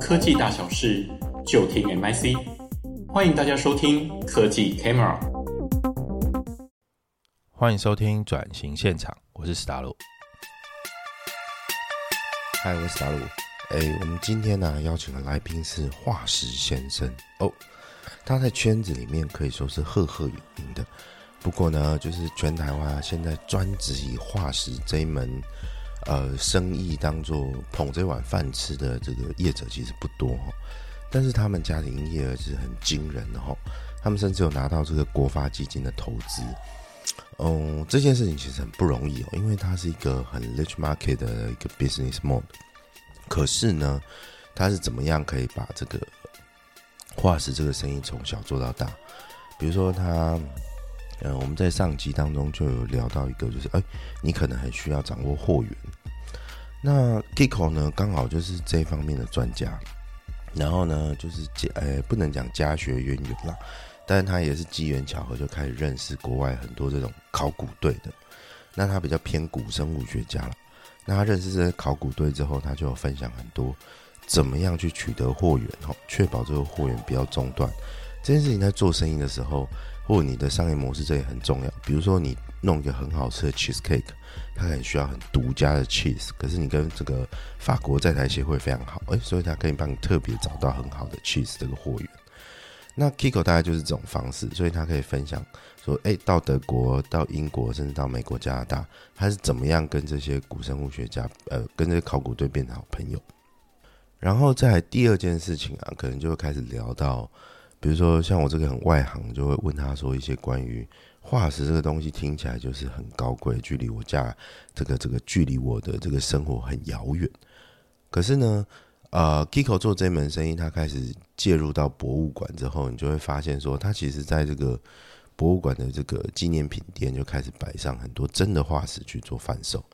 科技大小事，就听 MIC。欢迎大家收听科技 Camera。欢迎收听转型现场，我是史达鲁。嗨，我是达鲁。哎、我们今天呢、邀请的来宾是化石先生哦，他在圈子里面可以说是赫赫有名的。不过呢，就是全台湾啊现在专职以化石这一门呃生意当做捧这碗饭吃的这个业者其实不多哈、哦，但是他们家的营业额是很惊人的哈、哦，他们甚至有拿到这个国发基金的投资。嗯，这件事情其实很不容易哦，因为它是一个很 niche market 的一个 business model。可是呢，他是怎么样可以把这个化石这个生意从小做到大？比如说他，呃，我们在上集当中就有聊到一个，就是哎，你可能很需要掌握货源。那 Kiko 呢，刚好就是这方面的专家。然后呢，就是家，呃，不能讲家学渊源啦，但是他也是机缘巧合就开始认识国外很多这种考古队的。那他比较偏古生物学家了。那他认识这些考古队之后，他就有分享很多怎么样去取得货源，吼，确保这个货源不要中断。这件事情在做生意的时候，或你的商业模式这也很重要。比如说你弄一个很好吃的 cheese cake，它可能需要很独家的 cheese，可是你跟这个法国在台协会非常好，诶，所以他可以帮你特别找到很好的 cheese 这个货源。那 Kiko 大概就是这种方式，所以他可以分享说，诶，到德国、到英国，甚至到美国、加拿大，他是怎么样跟这些古生物学家，呃，跟这些考古队变成好朋友。然后再来第二件事情啊，可能就会开始聊到，比如说像我这个很外行，就会问他说一些关于化石这个东西，听起来就是很高贵，距离我家这个这个距离我的这个生活很遥远。可是呢，呃，Kiko 做这门生意，他开始介入到博物馆之后，你就会发现说，他其实在这个博物馆的这个纪念品店就开始摆上很多真的化石去做贩售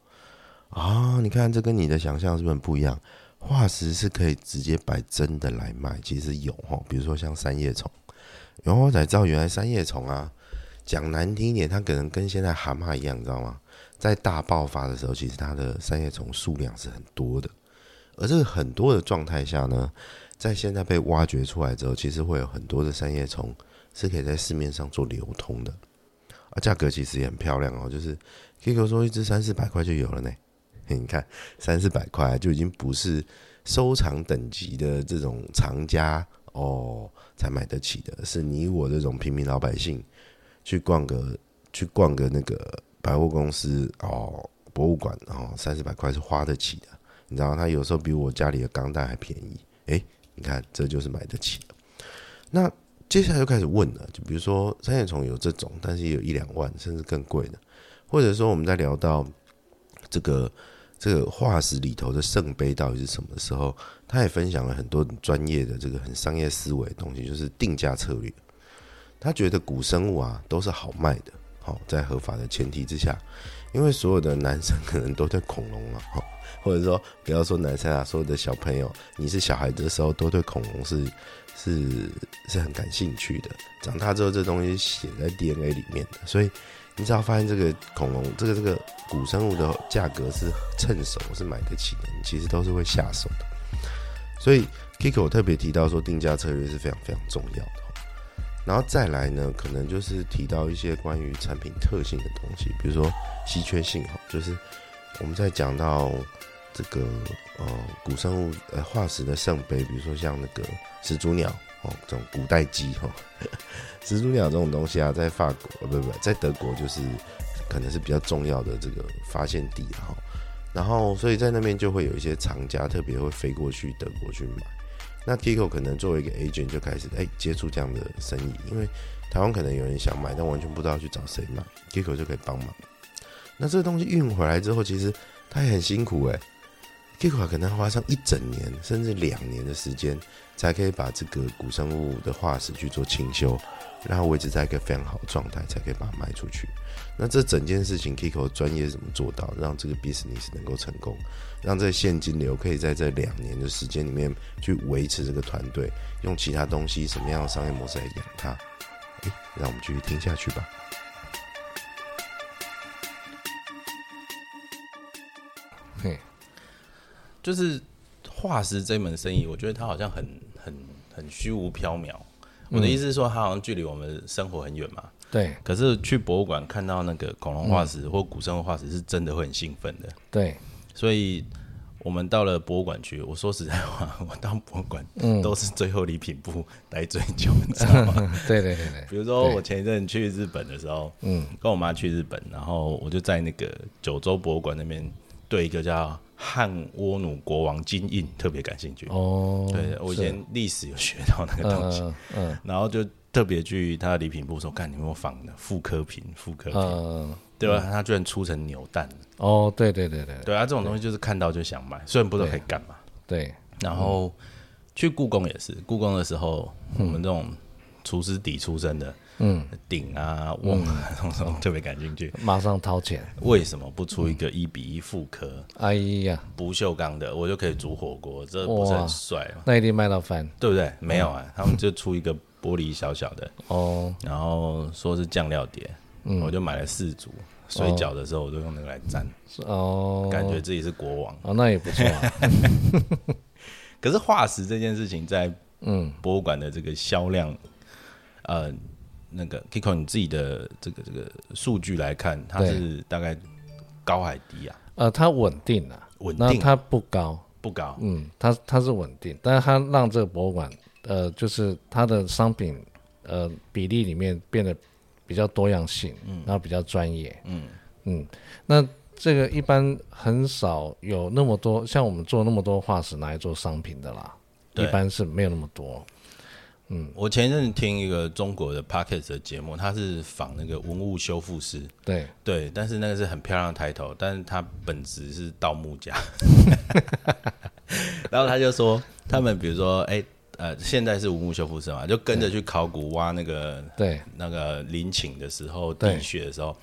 啊！你看，这跟你的想象是不是很不一样？化石是可以直接摆真的来卖，其实有哈，比如说像三叶虫，然后我才知道原来三叶虫啊，讲难听一点，它可能跟现在蛤蟆一样，你知道吗？在大爆发的时候，其实它的三叶虫数量是很多的，而这个很多的状态下呢，在现在被挖掘出来之后，其实会有很多的三叶虫是可以在市面上做流通的，啊，价格其实也很漂亮哦，就是 Kiko 说一只三四百块就有了呢。 嘿你看三四百块啊就已经不是收藏等级的这种藏家哦才买得起的，是你我这种平民老百姓去逛个去逛个那个百货公司哦博物馆哦三四百块是花得起的，你知道它有时候比我家里的钢带还便宜，诶，你看这就是买得起的。那接下来就开始问了，就比如说三叶虫有这种，但是也有一两万甚至更贵的，或者说我们在聊到这个这个化石里头的圣杯到底是什么时候，他也分享了很多很专业的这个很商业思维的东西，就是定价策略。他觉得古生物啊都是好卖的，好、在合法的前提之下，因为所有的男生可能都对恐龙啊， 好、或者说不要说男生啊，所有的小朋友，你是小孩子的时候都对恐龙是是是很感兴趣的，长大之后这东西写在 DNA 里面的，所以你只要发现这个恐龙，这个这个古生物的价格是趁手是买得起的，你其实都是会下手的。所以 Kiko 特别提到说，定价策略是非常非常重要的哦。然后再来呢，可能就是提到一些关于产品特性的东西，比如说稀缺性哈，就是我们在讲到这个呃古生物呃化石的圣杯，比如说像那个始祖鸟哦，这种古代鸡哈、哦，始祖鸟这种东西啊，在法国呃不不在德国就是可能是比较重要的这个发现地哈、哦，然后所以在那边就会有一些藏家特别会飞过去德国去买。那 Kiko 可能作为一个 agent 就开始哎、接触这样的生意，因为台湾可能有人想买，但完全不知道去找谁买，Kiko 就可以帮忙。那这个东西运回来之后，其实他也很辛苦哎、Kiko 可能花上一整年甚至两年的时间，才可以把这个古生物的化石去做清修，让它维持在一个非常好的状态，才可以把它卖出去。那这整件事情，Kiko 专业是怎么做到让这个 business 能够成功，让这个现金流可以在这两年的时间里面去维持这个团队，用其他东西什么样的商业模式来养它？诶，让我们继续听下去吧。嘿，就是化石这门生意，我觉得它好像很很很虚无缥嗯缈。我的意思是说，它好像距离我们生活很远嘛。对可是去博物馆看到那个恐龙化石嗯或古生物化石，是真的会很兴奋的。对，所以我们到了博物馆去，我说实在话，我到博物馆嗯都是最后礼品部来追究，你知道吗？对对对对，比如说我前一阵去日本的时候，嗯，跟我妈去日本，然后我就在那个九州博物馆那边对一个叫汉倭奴国王金印特别感兴趣。哦，对，我以前历史有学到那个东西，嗯嗯然后就特别去他的礼品部说，看你有没有仿的复刻品，复刻品，嗯，对吧？他居然出成扭蛋，哦，对对对对对啊，这种东西就是看到就想买，虽然不知道可以干嘛。对，然后去故宫也是，故宫的时候，我们这种厨师底出身的，嗯，鼎啊、瓮啊，这种东西特别感兴趣。马上掏钱，为什么不出一个一比一复刻哎呀，不锈钢的，我就可以煮火锅？这不是哇很帅吗？那一定卖到翻对不对？没有啊，他们就出一个玻璃小小的，哦，然后说是酱料碟，我就买了四组。水饺的时候，我就用那个来蘸，是哦，感觉自己是国王。哦，那也不错啊，可是化石这件事情，在嗯，博物馆的这个销量，呃，那个 Kiko 你自己的这个这个数据来看，它对是大概高还低啊？呃，它稳定啊，稳那定啊它不高，不高，嗯，它它是稳定，但是它让这个博物馆，呃，就是它的商品，呃，比例里面变得比较多样性，嗯，然后比较专业，嗯嗯，那这个一般很少有那么多，像我们做那么多化石拿来做商品的啦，对一般是没有那么多，嗯我前一阵听一个中国的 p o c k e t 的节目，它是仿那个文物修复师，对，对，但是那个是很漂亮的抬头，但是它本质是盗墓 家。然后他就说，他们比如说，哎、呃，现在是文物修复师嘛，就跟着去考古挖那个对，那个陵寝的时候，对地穴的时候，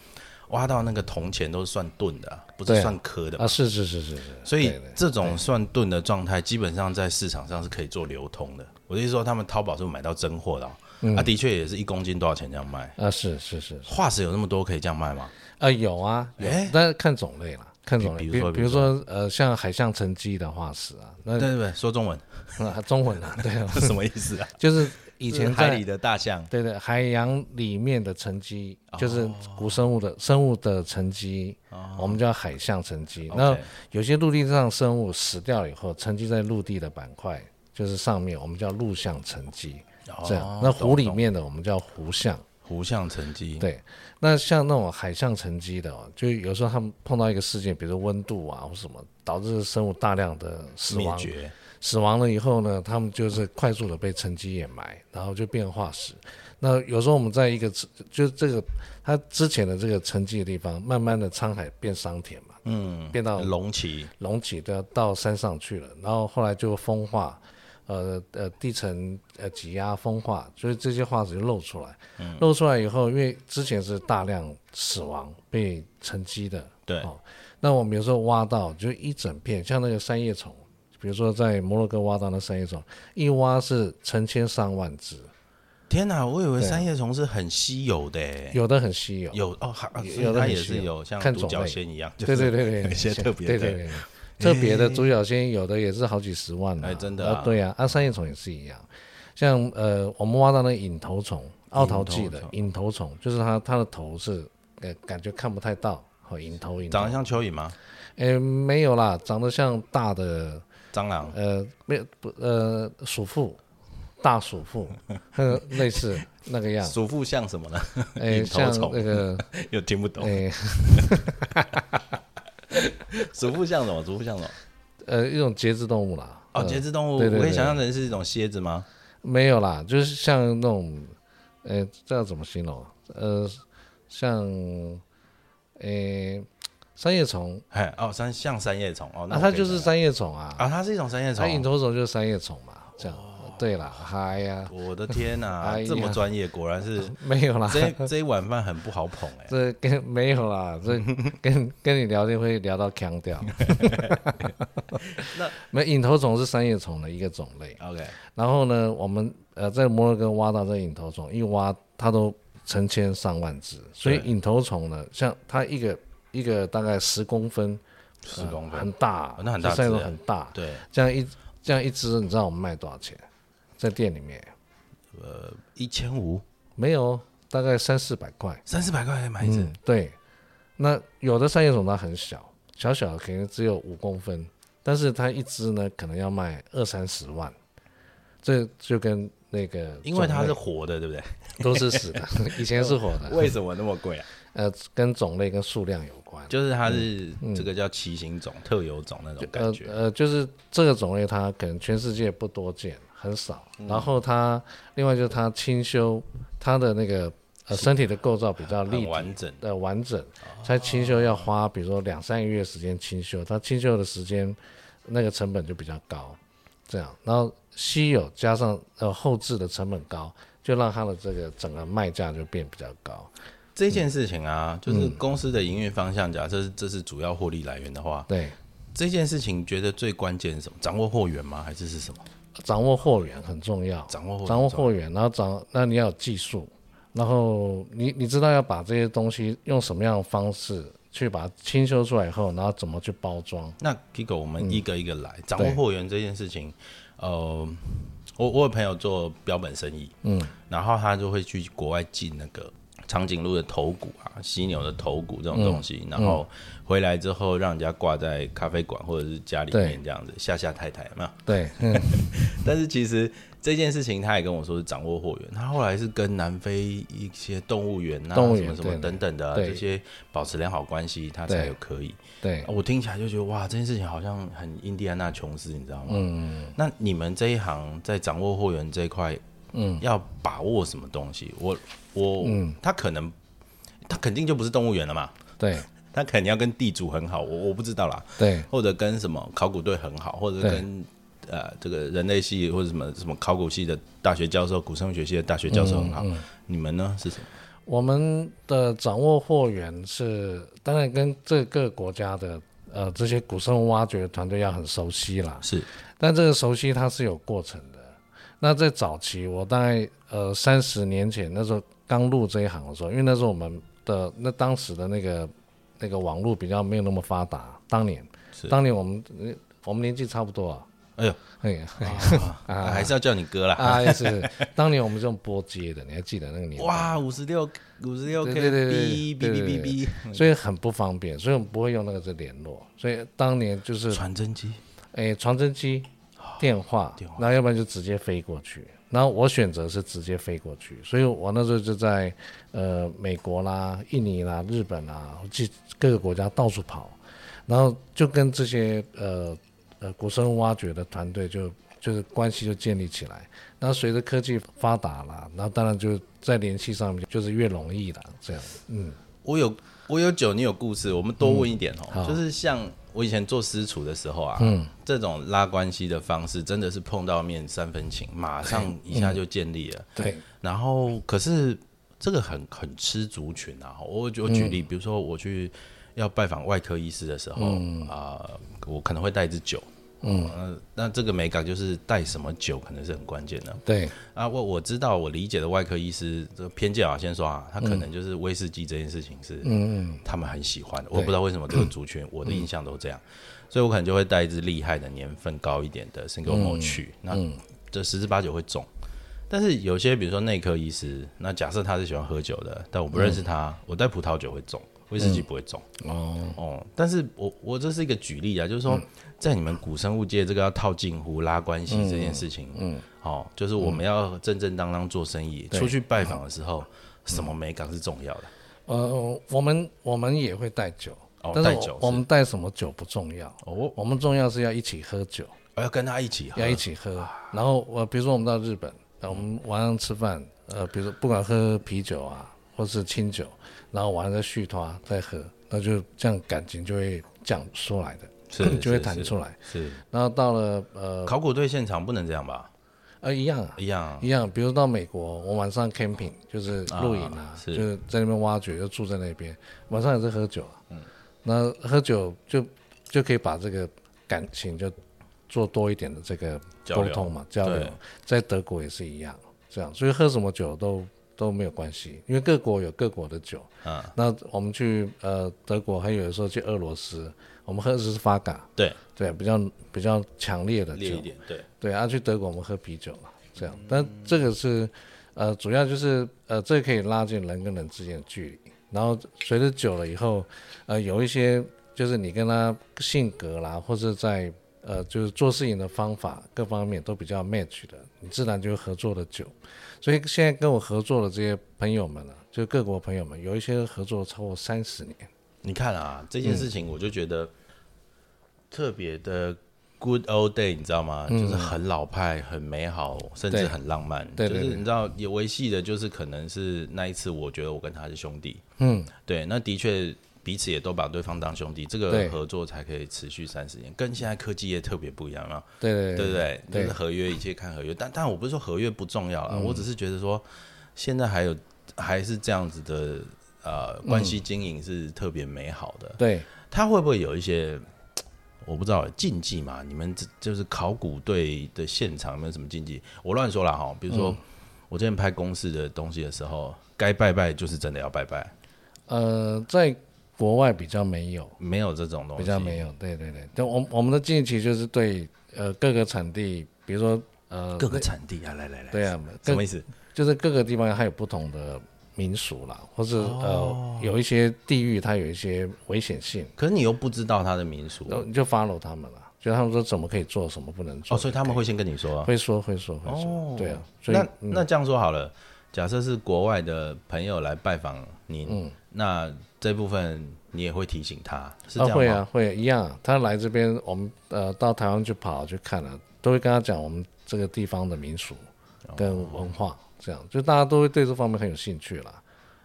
挖到那个铜钱都是算钝的啊、不对是啊算颗的嘛啊，。是是是是是，所以对对这种算钝的状态，基本上在市场上是可以做流通的。我的意思说，他们淘宝是买到真货的、哦，嗯啊，的确也是一公斤多少钱这样卖。啊，是是是，是化石有那么多可以这样卖吗？啊，有啊，有，但是看种类啦。看种类，比比比如说比如说，呃，像海象沉积的化石啊，那 对对对，说中文 啊中文啊，对啊，是什么意思啊？就是 以前是在海里的大象，对对，海洋里面的沉积哦就是古生物的生物的沉积，我们叫海象沉积。那 OK 有些陆地上生物死掉以后，沉积在陆地的板块，就是上面我们叫陆象沉积。哦这样，那湖里面的我们叫湖象。湖象沉积，对，那像那种海象沉积的、哦，就有时候他们碰到一个事件，比如说温度啊或什么，导致生物大量的死灭亡，绝，死亡了以后呢，他们就是快速的被沉积掩埋，然后就变化石。那有时候我们在一个就这个它之前的这个沉积的地方，慢慢的沧海变桑田嘛，嗯，变到隆起，隆起都要到山上去了，然后后来就风化，呃呃地层呃挤压风化，所以这些化石就露出来，露出来以后，因为之前是大量死亡被沉积的，对哦，那我们有时候挖到就一整片，像那个三叶虫，比如说在摩洛哥挖到那三叶虫，一挖是成千上万只，天哪，我以为三叶虫是很稀有的欸，有的很稀有，有哦，还有所以有的它很也稀是有有像看独种角类仙一样，就对对是对 对，有一些特别对的对对对特别的独角仙有的也是好几十万呢、哎真的啊对啊，啊，三叶虫也是一样，像呃，我们挖到那隐头虫，奥陶纪嗯的隐头虫，就是它它的头是呃感觉看不太到，哦，隐头隐头长，得像蚯蚓吗？哎，没有啦，长得像大的蟑螂呃没有不呃鼠妇，大鼠妇，呃类似那个样，鼠妇像什么呢？ 哎，隐头像虫那个又听不懂。哎鼠妇像什么？鼠妇 像什么？呃一种节肢动物啦，哦，节肢动物，呃对对我可以对想象成是一种蝎子吗？没有啦，就是像那种，呃，这要怎么形容啊？呃，像，呃，三叶虫哎，哦，三像三叶虫哦，那啊，我它可以就是想三叶虫啊，啊，它是一种三叶它隐虫。哦头虫就是三叶虫嘛，这样。对啦，嗨呀，我的天哪 哎，呀这么专业，果然 是没有啦，这这一碗饭很不好捧哎。这跟没有啦， 这跟跟你聊天会聊到腔调。 那没隐头虫是三叶虫的一个种类， OK，然后呢，我们呃在摩洛哥挖到这隐头虫，一挖它都成千上万只，所以对隐头虫呢，像它一个一个大概十公分，呃十公分很，大哦，那很大这三叶只虫很大，对，这样一这样一只，你知道我们卖多少钱？在店里面一千五没有，大概三四百块。三四百块买一只，嗯对，那有的三叶种它很小，小小的可能只有五公分，但是它一只呢可能要卖二三十万，这就跟那个因为它是种活的，对不对？类都是 死的，以前是活的，为什么那么贵啊？呃，跟种类跟数量有关。就是它是这个叫奇形种、特有种那种感呃觉，嗯呃，就是这个种类它可能全世界不多见，很少。嗯然后它另外就是它清修，它的那个呃身体的构造比较呃立很体，完整。的完整，它清修要花，比如说两三个月时间清修，它清修的时间那个成本就比较高，这样，然后稀有加上呃后置的成本高，就让它的这个整个卖价就变比较高。这件事情啊，就是公司的营运方向，假设是这是主要获利来源的话，对，这件事情觉得最关键是什么？掌握货源吗？还是是什么？掌握货源很重要，掌握货源掌握货源，然后掌，那你要有技术，然后你你知道要把这些东西用什么样的方式去把它清修出来以后，然后怎么去包装。那 Kiko，我们一个一个来。掌握货源这件事情，呃，我我有朋友做标本生意，嗯，然后他就会去国外进那个长颈鹿的头骨啊、犀牛的头骨这种东西，然后回来之后让人家挂在咖啡馆或者是家里面对这样子吓吓太太，有没有？对，嗯但是其实这件事情，他也跟我说是掌握货源。他后来是跟南非一些动物园啊、动物什园么什么对等等的啊、对这些保持良好关系，他才对有可以。对啊。我听起来就觉得哇，这件事情好像很印第安纳琼斯，你知道吗？嗯。那你们这一行在掌握货源这一块，嗯，要把握什么东西？我我，嗯他可能他肯定就不是动物园了嘛，对他肯定要跟地主很好，我我不知道啦。对或者跟什么考古队很好，或者对跟呃这个人类系或者什么什么考古系的大学教授、古生物学系的大学教授很嗯好。你们呢是什么？我们的掌握货源是，当然跟这个国家的呃这些古生物挖掘的团队要很熟悉啦，是但这个熟悉它是有过程的。那在早期，我大概呃三十年前那时候刚入这一行的时候，因为那时候我们的那当时的那个那个网络比较没有那么发达，当年是当年我们呃我们年纪差不多啊，哎呦，哎呀啊 还是要叫你哥啦。啊也是，当年我们是用波接的，你还记得那个年代？哇，五十六五十六 K，对对对对哔对哔对对哔所以很不方便，所以我们不会用那个在联络。所以当年就哔，是，传真机诶，传真机、啊电话，那要不然就直接飞过去。然后我选择是直接飞过去，所以我那时候就在呃美国啦、印尼啦、日本啦，去各个国家到处跑，然后就跟这些呃呃古生物挖掘的团队就就是关系就建立起来。那随着科技发达啦，那当然就在联系上面就是越容易了，这样。我有我有酒，你有故事，我们多问一点嗯哦。就是像我以前做私厨的时候啊，这种拉关系的方式真的是碰到面三分情，马上嗯一下就建立了。对，然后可是这个很很吃族群啊。我我举例，比如说我去要拜访外科医师的时候，啊、我可能会带一支酒。嗯，那那这个美感就是带什么酒，可能是很关键的对，啊。我我知道，我理解的外科医师，这个偏见啊，先说啊，他可能就是威士忌这件事情是，嗯，他们很喜欢的。我对不知道为什么这个族群， 我的印象都这样，所以我可能就会带一支厉害的、年份高一点的 single m o 去，那这十之八九会中。但是有些，比如说内科医师，那假设他是喜欢喝酒的，但我不认识他，我带葡萄酒会中，威士忌不会中。嗯哦哦，但是我我这是一个举例啊，就是说，在你们古生物界，这个要套近乎、拉关系这件事情，嗯，哦，就是我们要正正当当做生意，出去拜访的时候，什么美感是重要的。呃，我们我们也会带酒，哦但是带我酒是我们带什么酒不重要，哦，我们重要是要一起喝酒，我哎要跟他一起喝，要一起喝。啊然后我、呃比如说我们到日本，呃我们晚上吃饭，呃，比如说不管喝啤酒啊，或是清酒，然后晚上再续托再喝，那就这样感情就会讲出来的，是 就会是谈是出来。是然后到了呃考古队现场不能这样吧？呃一样啊，一样啊一样，比如到美国，我晚上 camping 就是露营啊，是就是在那边挖掘，就住在那边，晚上也是喝酒啊。嗯，那喝酒就就可以把这个感情就做多一点的这个交沟流通嘛，交流对。在德国也是一样，这样，所以喝什么酒都都没有关系，因为各国有各国的酒。啊、那我们去呃德国，还有的时候去俄罗斯，我们喝的是发嘎，对，对，比较比较强烈的烈酒一。点，对，对啊，去德国我们喝啤酒嘛，这样。但这个是，呃，主要就是呃，这可以拉近人跟人之间的距离。然后随着久了以后，呃，有一些就是你跟他性格啦，或者在呃，就是做事情的方法各方面都比较 match 的，你自然就合作的久。所以现在跟我合作的这些朋友们呢、啊就各国朋友们，有一些合作超过三十年。你看啊，这件嗯事情我就觉得特别的 good old day，你知道吗？嗯就是很老派、很美好，甚至对很浪漫。对对就是对你知道，也维系的就是可能是那一次，我觉得我跟他是兄弟。嗯，对，那的确彼此也都把对方当兄弟，这个对合作才可以持续三十年，跟现在科技业特别不一样啊。对对对不对？就对嗯是合约，一切看合约。但但我不是说合约不重要啊，我只是觉得说，现在还有还是这样子的呃关系经营是特别美好的。对它会不会有一些我不知道禁忌嘛？你们这就是考古队的现场有没有什么禁忌？我乱说了哈，比如说、嗯我之前拍公司的东西的时候，该拜拜就是真的要拜拜，呃，在国外比较没有。没有这种东西，比较没有，对对对。就我们我们的近期就是对呃各个产地，比如说呃各个产地啊，来来来，对啊，什么各意思？就是各个地方它有不同的民俗啦，或是、哦呃有一些地域它有一些危险性，可是你又不知道它的民俗然后你就 follow 他们了，就他们说怎么可以做，什么不能做，哦，所以他们会先跟你说啊。会说会说会说，对啊，所以那那这样说好了，假设是国外的朋友来拜访您，嗯那这部分你也会提醒他，是这啊样会吗？啊会一样啊，他来这边我们呃到台湾去跑去看了、都会跟他讲我们这个地方的民俗哦跟文化，这样就大家都会对这方面很有兴趣啦。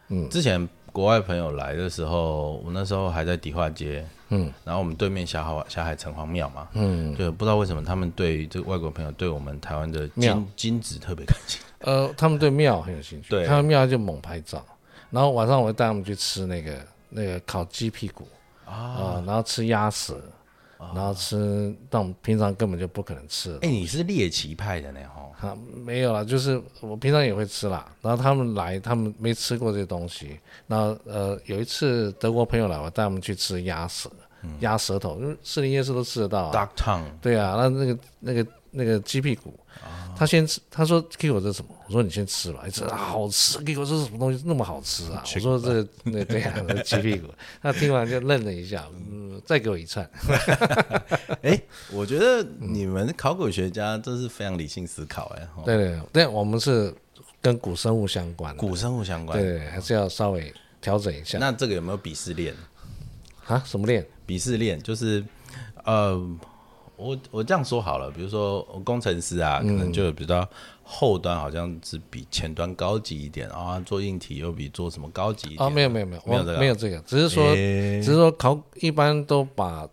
嗯之前国外朋友来的时候，我那时候还在迪化街，嗯，然后我们对面霞海霞海城隍庙嘛，嗯，对，不知道为什么他们对这个外国朋友对我们台湾的庙金金子特别感兴 趣，呃，他们对庙很有兴趣，对他们庙就猛拍照，然后晚上我会带他们去吃那个那个烤鸡屁股啊、然后吃鸭舌，然后吃那种平常根本就不可能吃的哎、你是猎奇派的呢，吼，啊，没有啦，就是我平常也会吃啦。然后他们来，他们没吃过这些东西。然后呃，有一次德国朋友来，我带他们去吃鸭舌，鸭舌头，因为士林夜市都吃得到、啊。 Duck Tongue，对啊，那那个那个那个鸡屁股，啊他先吃，他说 Kiko 这是什么？我说你先吃吧，一吃啊好吃，Kiko 这是什么东西那么好吃啊？我说这个那对啊，这鸡屁股。他听完就愣了一下，嗯，再给我一串。哎、 我觉得你们考古学家真是非常理性思考、哎，吼，对对对，但我们是跟古生物相关的，古生物相关，对对对还是要稍微调整一下。那这个有没有鄙视链？啊，什么链？鄙视链就是，呃，我我这样说好了，比如说工程师啊，可能就比较后端好像是比前端高级一点啊，做硬体又比做什么高级一点啊，没有没有没有，没我有这个没有这个，只是说诶只是说考一般都把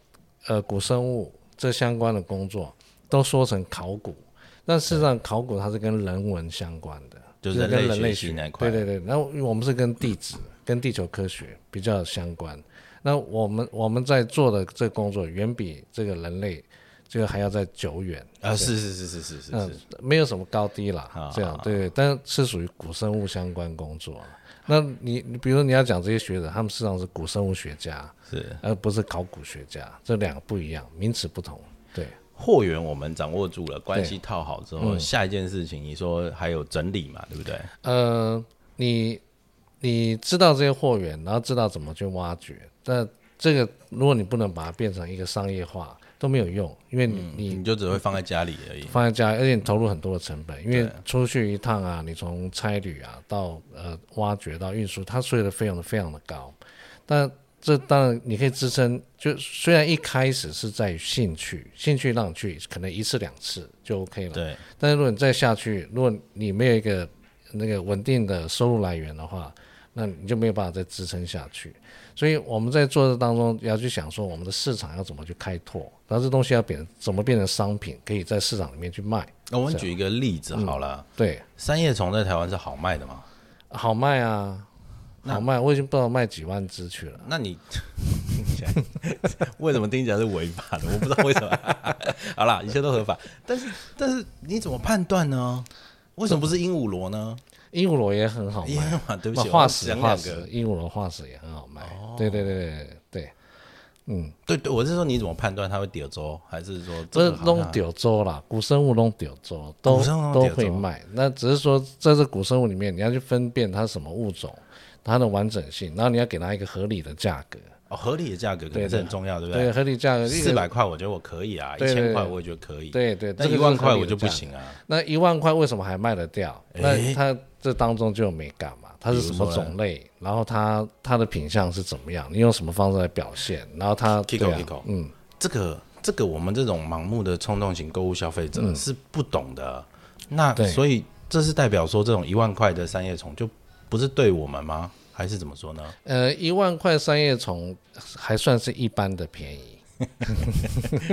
呃古生物这相关的工作都说成考古，但事实上考古它是跟人文相关的，就是人跟类人类学习那一块对对对，然后我们是跟地质、跟地球科学比较相关。那我们我们在做的这个工作远比这个人类这个还要再久远，啊，是是是是是是嗯是，，没有什么高低好啦，这样对，但是属于古生物相关工作。那你你比如你要讲这些学者，他们事实上是古生物学家，是而不是考古学家，这两个不一样，名词不同。对，货源我们掌握住了，关系套好之后，下一件事情你说还有整理嘛，对不对？呃，你你知道这些货源，然后知道怎么去挖掘，但这个如果你不能把它变成一个商业化，都没有用，因为你、你你就只会放在家里而已。放在家，而且你投入很多的成本，因为出去一趟啊，你从差旅啊到呃挖掘到运输，它所有的费用都非常的高。但这当然你可以支撑，就虽然一开始是在于兴趣，兴趣让你去，可能一次两次就 OK 了。对，但是如果你再下去，如果你没有一个那个稳定的收入来源的话，那你就没有办法再支撑下去。所以我们在做的当中，要去想说我们的市场要怎么去开拓，然后这东西要变怎么变成商品，可以在市场里面去卖。那我们举一个例子好了，对，三叶虫在台湾是好卖的嘛？好卖啊，好卖，我已经不知道卖几万只去了。那你 听起来为什么听起来是违法的？我不知道为什么。 好啦，一切都合法，但是但是你怎么判断呢？为什么不是鹦鹉螺呢？鹦鹉 螺也很好一卖样，嘛，对不起，那哦化我石讲化两石个。鹦鹉螺化石也很好卖。对对对对对对，对对，我是说你怎么判断它会丢粥，还是说这个好像弄丢粥啦，古生物弄丢粥都古生物弄啊都丢会粥卖。那只是说在这古生物里面，你要去分辨它是什么物种，它的完整性，然后你要给它一个合理的价格。哦合理的价格可对能的是很重要，对不对，对？合理价格一四个百块我觉得我可以啊，一对对千对块我也觉得可以，对对，但这个一是万合块理我的就不价格行啊。那一万块为什么还卖得掉？诶那它这当中就有美感嘛？它是什比如么说呢种类？然后它它的品相是怎么样？你用什么方式来表现？然后它 Kiko 对啊 Kiko，嗯，这个这个我们这种盲目的冲动型购物消费者是不懂的，那嗯对所以这是代表说这种一万块的三叶虫就不是对我们吗？还是怎么说呢？呃，一万块三叶虫还算是一般的便宜。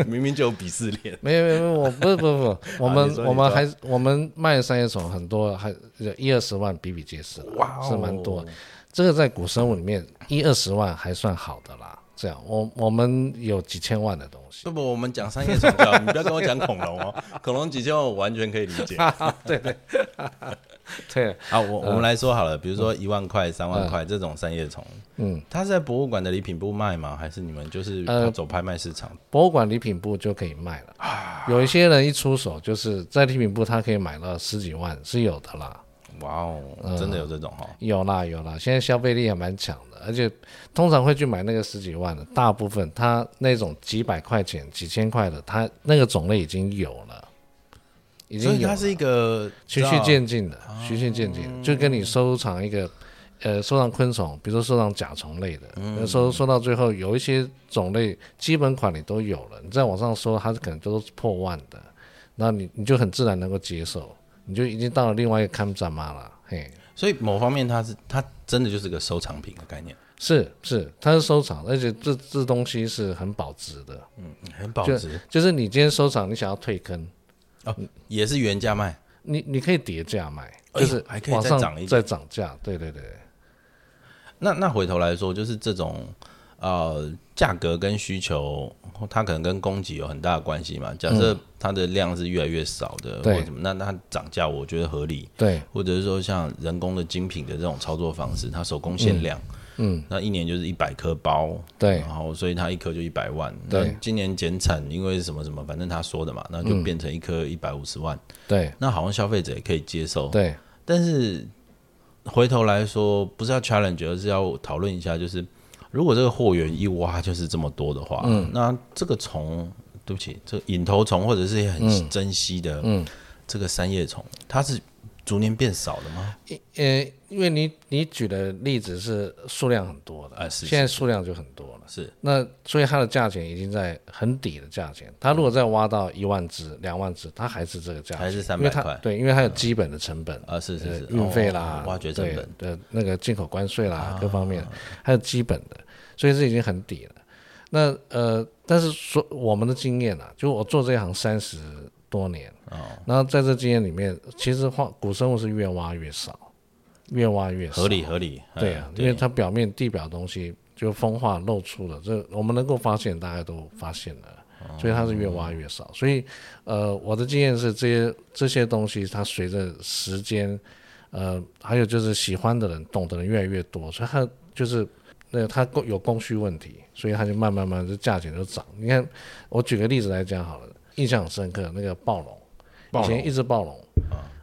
明明就有鄙视链，没有没有，没有，我不是不 是不是，我啊你说你们我们说还我们卖三叶虫很多，还有一二十万比比皆是啦，哇哦是蛮多的。这个在古生物里面一二十万还算好的啦。这样，我我们有几千万的东 西。不不，我们讲三叶虫就好，你不要跟我讲恐龙哦， 恐龙几千万我完全可以理 解。对对，对，啊，我我们来说好了，比如嗯说一万块、三万块这种三叶虫，嗯，它是在博物馆的礼品部卖吗？还是你们就是呃走拍卖市场？博物馆礼品部就可以卖了。啊有一些人一出手就是在礼品部，他可以买到十几万，是有的啦，哇哦，嗯真的有这种哦哈？有啦有啦。现在消费力还蛮强的，而且通常会去买那个十几万的，大部分他那种几百块钱、几千块的，他那个种类已经有了，已所经以有了它是一哦个循序渐进的，循序渐进的，就跟你收藏一个，呃，收藏昆虫，比如说收藏甲虫类的，嗯、收收到最后有一些种类基本款你都有了，你再往上收，它可能都是破万的，那你你就很自然能够接受，你就已经到了另外一个看展嘛了，嘿，所以某方面它是它真的就是个收藏品的概念，是是，它是收藏，而且这这东西是很保值的，很保就值就是你今天收藏，你想要退坑，哦，也是原价卖。你你可以叠价卖，哎就呦是还可以往再上涨一点再涨价，对对对。对那那回头来说，就是这种呃价格跟需求，它可能跟供给有很大的关系嘛。假设它的量是越来越少的，嗯对或者什么，那那它涨价我觉得合理。对或者是说像人工的精品的这种操作方式，它手工限量，嗯，那一年就是一百颗包，对然后所以它一颗就一百万，对嗯那今年减产，因为什么什么，反正他说的嘛，那就变成一颗一百五十万，对那好像消费者也可以接受，对，但是回头来说，不是要 challenge，而是要讨论一下，就是如果这个货源一挖就是这么多的话，嗯那这个虫，对不起，这个隐头虫或者是很珍惜的，嗯这个三叶虫，它是逐年变少的吗？呃，因为你你举的例子是数量很多的，啊是现在数量就很多了，是。那所以它的价钱已经在很底的价钱，它如果再挖到一万只、两万只，它还是这个价钱，还是因为它300块嗯对，因为它有基本的成本，啊，是是呃是，运费啦哦、挖掘成本，啊对对那个进口关税啦，各方面还有基本的，所以这已经很底了。那呃，但是说我们的经验啊，就我做这一行三十多年，哦，然后在这经验里面，其实化古生物是越挖越少，越挖越少，合理合理。对啊嗯，因为它表面地表的东西就风化露出了，这我们能够发现，大家都发现了，所以它是越挖越少。所以，呃，我的经验是，这些这些东西，它随着时间，呃，还有就是喜欢的人、懂的人越来越多，所以它就是那它供有供需问题，所以它就慢慢慢慢这价钱就涨。你看，我举个例子来讲好了，印象很深刻，那个暴龙，以前一只暴龙，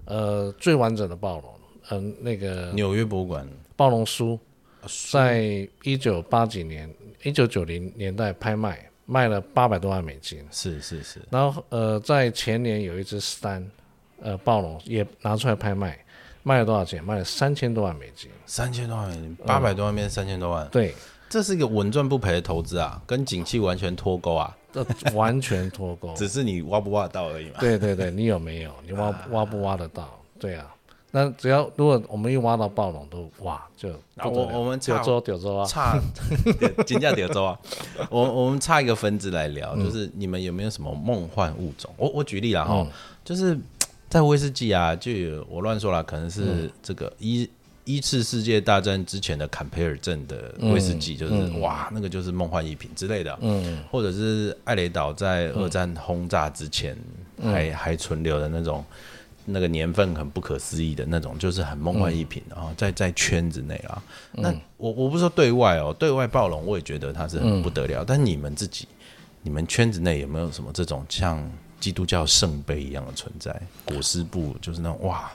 呃，最完整的暴龙。嗯、那个纽约博物馆暴龙书，啊在一九八几年、一九九零年代拍卖，卖了八百多万美金。是是是，然后呃，在前年有一只三，呃，暴龙也拿出来拍卖，卖了多少钱？卖了三千多万美金。三千多万美嗯金，八百多万变三千多万，对，这是一个稳赚不赔的投资啊，跟景气完全脱钩啊，这完全脱 钩。只是你啊挖不挖得到而已嘛。对对对，你有没有？你挖挖不挖得到？对啊。那只要如果我们一挖到暴龙都哇就那不得我了我们九差州九州啊，差 对金价跌走啊！我我们差一个分支来聊，就是你们有没有什么梦幻物种？我我举例啦哈，就是在威士忌啊，就有我乱说啦，可能是这个一一次世界大战之前的坎培尔镇的威士忌，就是、哇，那个就是梦幻一品之类的，嗯，或者是艾雷岛在二战轰炸之前还、还存留的那种。那个年份很不可思议的那种，就是很梦幻一品啊、在在圈子内啊啦。嗯那我我不是说对外哦，对外暴龙我也觉得它是很不得了，但你们自己，你们圈子内有没有什么这种像基督教圣杯一样的存在？裹尸布就是那种哇，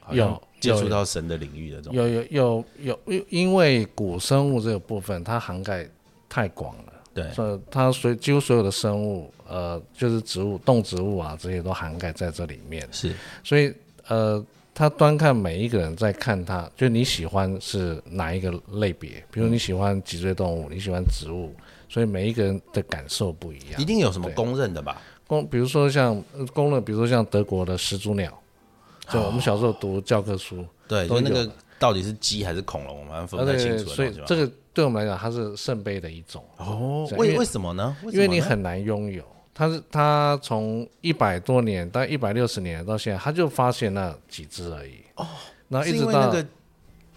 好像有接触有到神的领域的这种，有有有有，因因为古生物这个部分它涵盖太广了，对所以它所以几乎所有的生物，呃，就是植物、动植物啊这些都涵盖在这里面，是所以呃，它端看每一个人在看它，就你喜欢是哪一个类别，比如你喜欢脊椎动物，你喜欢植物，所以每一个人的感受不一样一。定有什么对公认的吧？公比如说像呃公认，比如说像德国的始祖鸟，就哦我们小时候读教科书。对，都就那有个到底是鸡还是恐龙，我们好像分不太对清呃对楚的所以东西吧这个对我们来讲，它是圣杯的一种，哦，是因为为为什么呢？什因为么你呢很难拥有。它是它从一百多年到一百六十年到现在，它就发现那几只而已。哦，然后一是直因为到那个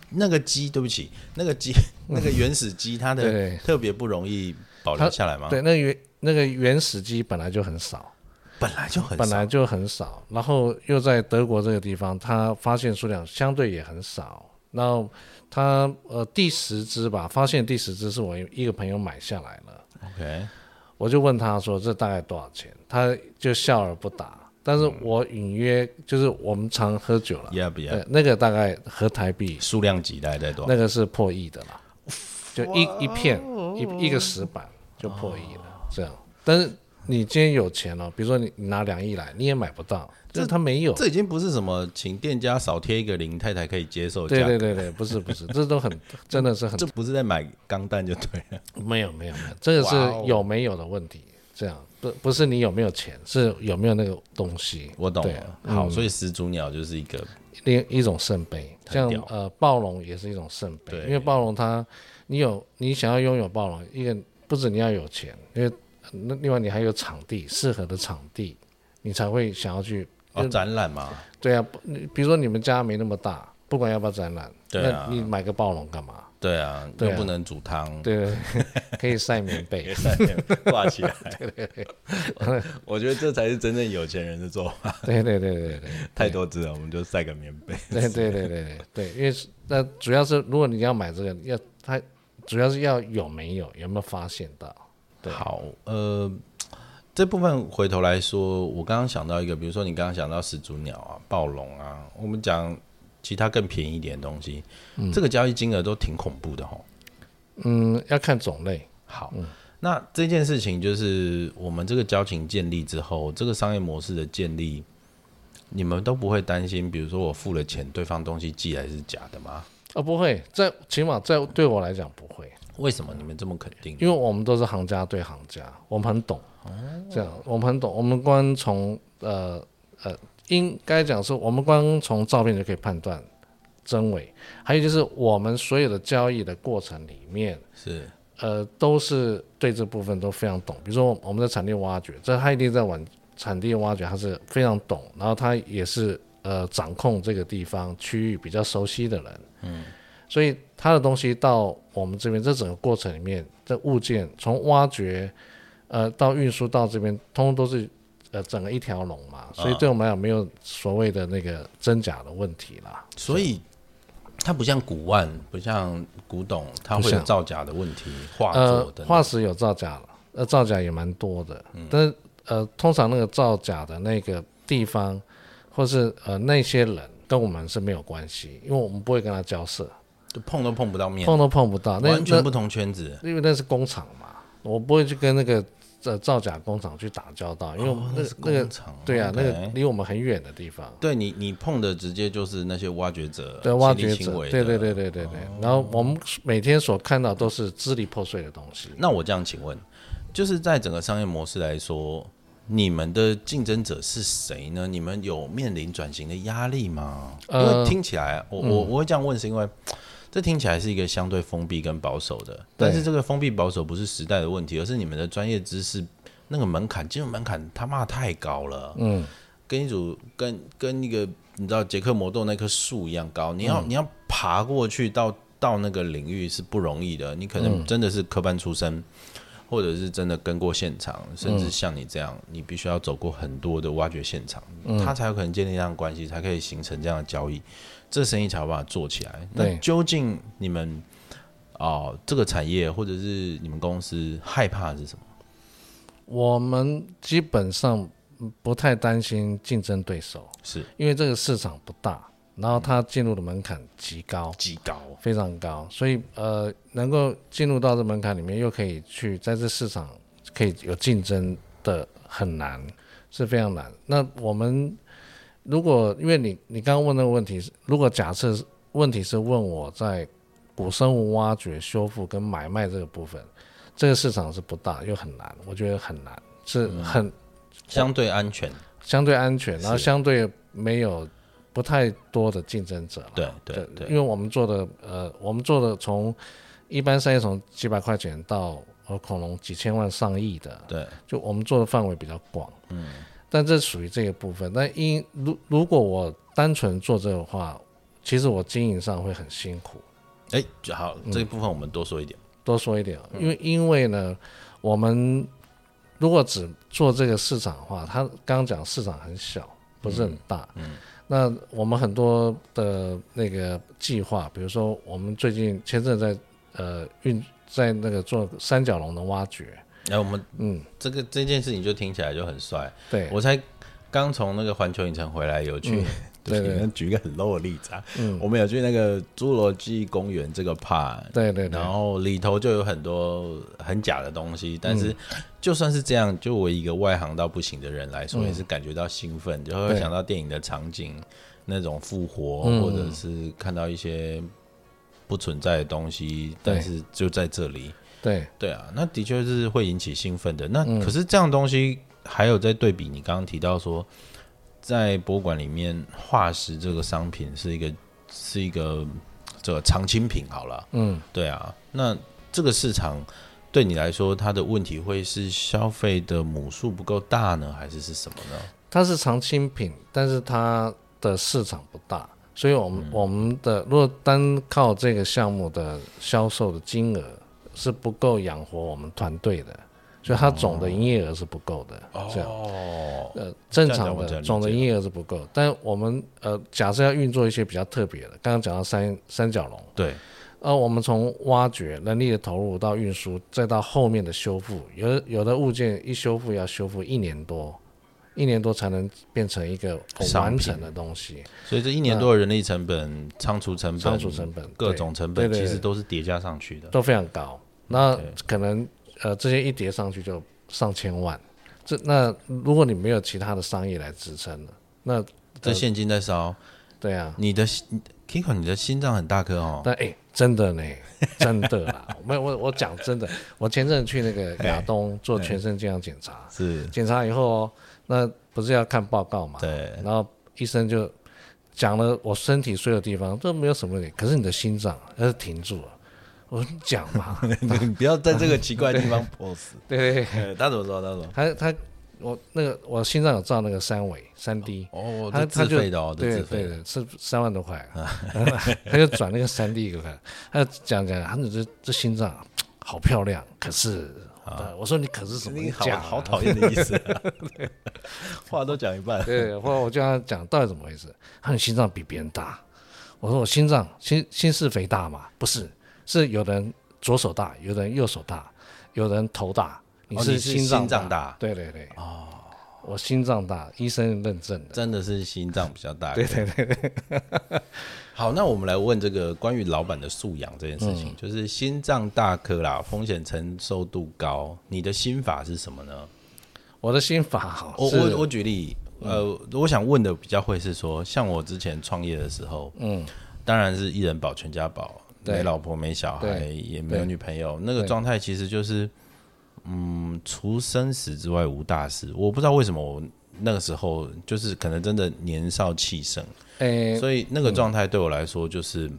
那个鸡，对不起，那个 鸡那个原始鸡，它的对特别不容易保留它下来吗？对，那原那个原始鸡本来就很少，本来就很本少来就很少，然后又在德国这个地方，它发现数量相对也很少。然后它呃第十只吧，发现第十只是我一个朋友买下来了。 OK，我就问他说这大概多少钱，他就笑而不答。但是我隐约就是我们常喝酒了，也不也对，那个大概合台币数量级大概在多那少？个是破亿的啦，就一一片一一个石板就破亿了，这样。但是你今天有钱哦了、比如说你你拿两亿来，你也买不到，就是他没有。这已经不是什么请店家少贴一个零，太太可以接受的对价格对，对对，不是不是，这都很真的是很这不是在买钢弹就对了。 没有没有没哦有，这个是有没有的问题。这样不不是你有没有钱，是有没有那个东西。我懂对嗯了，好，所以始祖鸟就是一个另一种圣杯，像屌呃暴龙也是一种圣杯对，因为暴龙它，你有你想要拥有暴龙，一个不止你要有钱，因为呃那另外你还有场地适合的场地，你才会想要去。哦展览嘛，对啊，不你比如说你们家没那么大，不管要不要展览，对啊那你买个暴龙干嘛？对啊，对又啊不能煮汤，对， 可以晒棉被。挂起来。 我觉得这才是真正有钱人的做法。对对对对对太多只了，我们就晒个棉被。对对对对对对，因为是那主要是如果你要买这个，要它主要是要有没有有没有发现到？好，呃，这部分回头来说，我刚刚想到一个，比如说你刚刚想到始祖鸟啊、暴龙啊，我们讲其他更便宜一点的东西，这个交易金额都挺恐怖的吼。嗯，要看种类。好，那这件事情就是我们这个交情建立之后，这个商业模式的建立，你们都不会担心，比如说我付了钱，对方东西寄来是假的吗？啊、不会，在起码在对我来讲不会，为什么你们这么肯定？因为我们都是行家对行家，我们很懂。这样，我们很懂，我们光从呃呃，应该讲是我们光从照片就可以判断真伪，还有就是我们所有的交易的过程里面，是呃，都是对这部分都非常懂。比如说我们在产地挖掘，这他一定在往产地挖掘，他是非常懂，然后他也是呃掌控这个地方区域比较熟悉的人，嗯，所以他的东西到我们这边，这整个过程里面，这物件从挖掘，呃，到运输到这边，通通都是。呃，整个一条龙嘛，所以对我们来讲没有所谓的那个真假的问题啦。所以它不像古玩，不像古董，它会不有像造假的问题，画呃作等，等。化石有造假了，呃，造假也蛮多的，嗯但是呃，通常那个造假的那个地方，或是呃那些人跟我们是没有关系，因为我们不会跟他交涉，就碰都碰不到面，碰都碰不到，那完全不同圈子。那因为那是工厂嘛，我不会去跟那个呃造假工厂去打交道，因为我哦们那个、那哦工个厂对啊，那个 OK 离我们很远的地方。对你，你碰的直接就是那些挖掘者，对挖亲掘力亲者，为对对的。对对对对。然后我们每天所看到都是支离破碎的东西。那我这样请问，就是在整个商业模式来说，你们的竞争者是谁呢？你们有面临转型的压力吗？因为听起来，我我我会这样问，是因为。这听起来是一个相对封闭跟保守的，但是这个封闭保守不是时代的问题，而是你们的专业知识那个门槛，进入门槛他妈太高了。嗯，跟一组跟跟一个你知道杰克魔豆那棵树一样高，你嗯要、你要嗯爬过去到到那个领域是不容易的，你可能真的是科班出身，或者是真的跟过现场，甚至像你这样，嗯你必须要走过很多的挖掘现场，他才有可能建立这样的关系，才可以形成这样的交易，这生意才有办法做起来。那对究竟你们哦、这个产业或者是你们公司害怕的是什么？我们基本上不太担心竞争对手，是因为这个市场不大，然后它进入的门槛极高，极高，非常高，所以呃，能够进入到这门槛里面，又可以去在这市场可以有竞争的很难，是非常难。那我们如果因为你你刚刚问那个问题是，如果假设是问题是问我在古生物挖掘、修复跟买卖这个部分，这个市场是不大又很难，我觉得很难，是很相对安全，相对安全，然后相对没有不太多的竞争者。对对因对，为我们做的呃，我们做的从一般商业从几百块钱到呃恐龙几千万上亿的，对就我们做的范围比较广，嗯，但这属于这个部分。那因如如果我单纯做这个的话，其实我经营上会很辛苦，哎、就好，嗯这一部分我们多说一点，多说一点，啊因为因为呢，我们如果只做这个市场的话，它刚刚讲市场很小，不是很大。嗯，那我们很多的那个计划，比如说我们最近前阵在呃运在那个做三角龙的挖掘，哎来、我们嗯，这个这件事情就听起来就很帅，对，嗯我才刚从那个环球影城回来，有去。对嗯 对对，举一个很 low 的例子啊，我们有去那个侏罗纪公园这个 part，对对对然，后里头就有很多很假的东西，但是嗯就算是这样，就我一个外行到不行的人来说，也是感觉到兴奋，就会嗯对想到电影的场景那种复活，嗯或者是看到一些不存在的东西，对但是就在这里，对，对啊，那的确是会引起兴奋的。那嗯可是这样东西，还有在对比你刚刚提到说，在博物馆里面，化石这个商品是一个是一个这个常青品，好了，嗯。对啊，那这个市场对你来说，它的问题会是消费的母数不够大呢，还是是什么呢？它是常青品，但是它的市场不大，所以我嗯们、我们的如果单靠这个项目的销售的金额是不够养活我们团队的，所以它总的营业额是不够的。这样，哦，呃，正这样常我就的理解总的营业额是不够，但我们呃，假设要运作一些比较特别的，刚刚讲到三三角龙，对，呃，我们从挖掘、人力的投入到运输，再到后面的修复，有的有的物件一修复要修复一年多，一年多才能变成一个商完品整的东西，所以这一年多的人力成本、仓储成本、仓储成本嗯各对种成对本，对其对实都是叠加上去的。都非常高。那可能呃，这些一叠上去就上千万。这那如果你没有其他的商业来支撑了，那这现金在烧，对啊，你的心 Kiko，你的心脏很大颗哦。但哎、真的呢，真的啦， 没有我我讲真的，我前阵子去那个亚东做全身健康检查，是，检查以后哦，那不是要看报告嘛？对然后医生就讲了我身体所有地方都没有什么问题，可是你的心脏它是停住了。我说你讲 嘛， 你不要在这个奇怪的地 方 pose。对对对，哎他怎么说？他怎么说？他他我那个我心脏有照那个三维三 D。哦，他这他自就费的哦，这对自对费的。对，是三万多块， 他就转那个三 D 给我看，他就讲讲，他说这这心脏好漂亮，可是呃我说你可是什么？啊你好讲啊好讨厌的意 思啊，话都讲一半。 对，后来我就跟他讲到底怎么回事，他说你心脏比别人大。我说我心脏心心室肥大嘛，不是，是有人左手大，有人右手大，有人头大，你哦你是是脏、心脏大对对对。哦，我心脏大，医生认证的。真的是心脏比较大。对对对。 好，那我们来问这个关于老板的素养这件事情，就是心脏大颗啦，风险承受度高，你的心法是什么呢？我的心法好，我是我我举例，呃，我想问的比较会是说，像我之前创业的时候，嗯，当然是一人保全家保，对没老婆没小孩，对也没有女朋友，那个状态其实就是，嗯，除生死之外无大事。我不知道为什么我那个时候就是可能真的年少气盛，诶、所以那嗯个状态对我来说就是，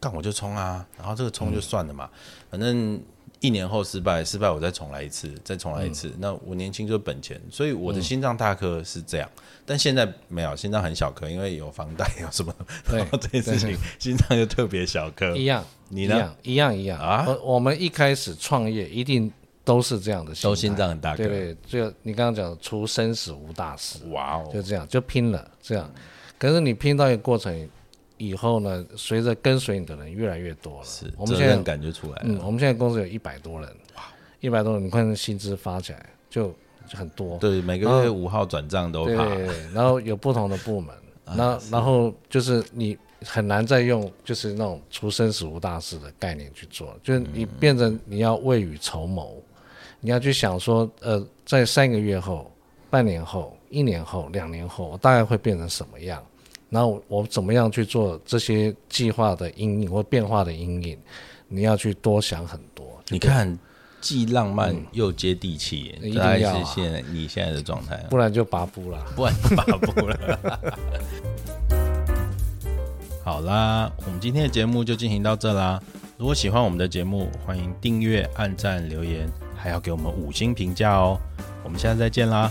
干我就冲啊，然后这个嗯冲就算了嘛，反正一年后失败，失败我再重来一次，再重来一嗯次。那我年轻就是本钱，所以我的心脏大颗是这样，但现在没有，心脏很小颗，因为有房贷有什么，对 然后这件事情心脏就特别小颗。一样，你一呢样，一样，一样啊我我们一开始创业一定都是这样的心态，都心脏很大颗对对，就你刚刚讲的，除生死无大事，哇哦，就这样就拼了这样。可是你拼到一个过程以后呢，随着跟随你的人越来越多了，是我们责现在任感就出来了。嗯，我们现在公司有一百多人，一百多人，你看薪资发起来就就很多，对，每个月五号转账都啊对 怕，然后有不同的部门，那嗯然后就是你很难再用就是那种除生死无大事的概念去做，就是你变成你要未雨绸缪，你要去想说，呃，在三个月后、半年后、一年后、两年后，我大概会变成什么样？然后我怎么样去做这些计划的阴影或变化的阴影？你要去多想很多，你看，既浪漫又接地气，嗯一定大概要是啊现在你现在的状态啊，不然就拔步了。不然发布了。好啦，我们今天的节目就进行到这啦。如果喜欢我们的节目，欢迎订阅、按赞、留言，还要给我们五星评价哦。我们下次再见啦！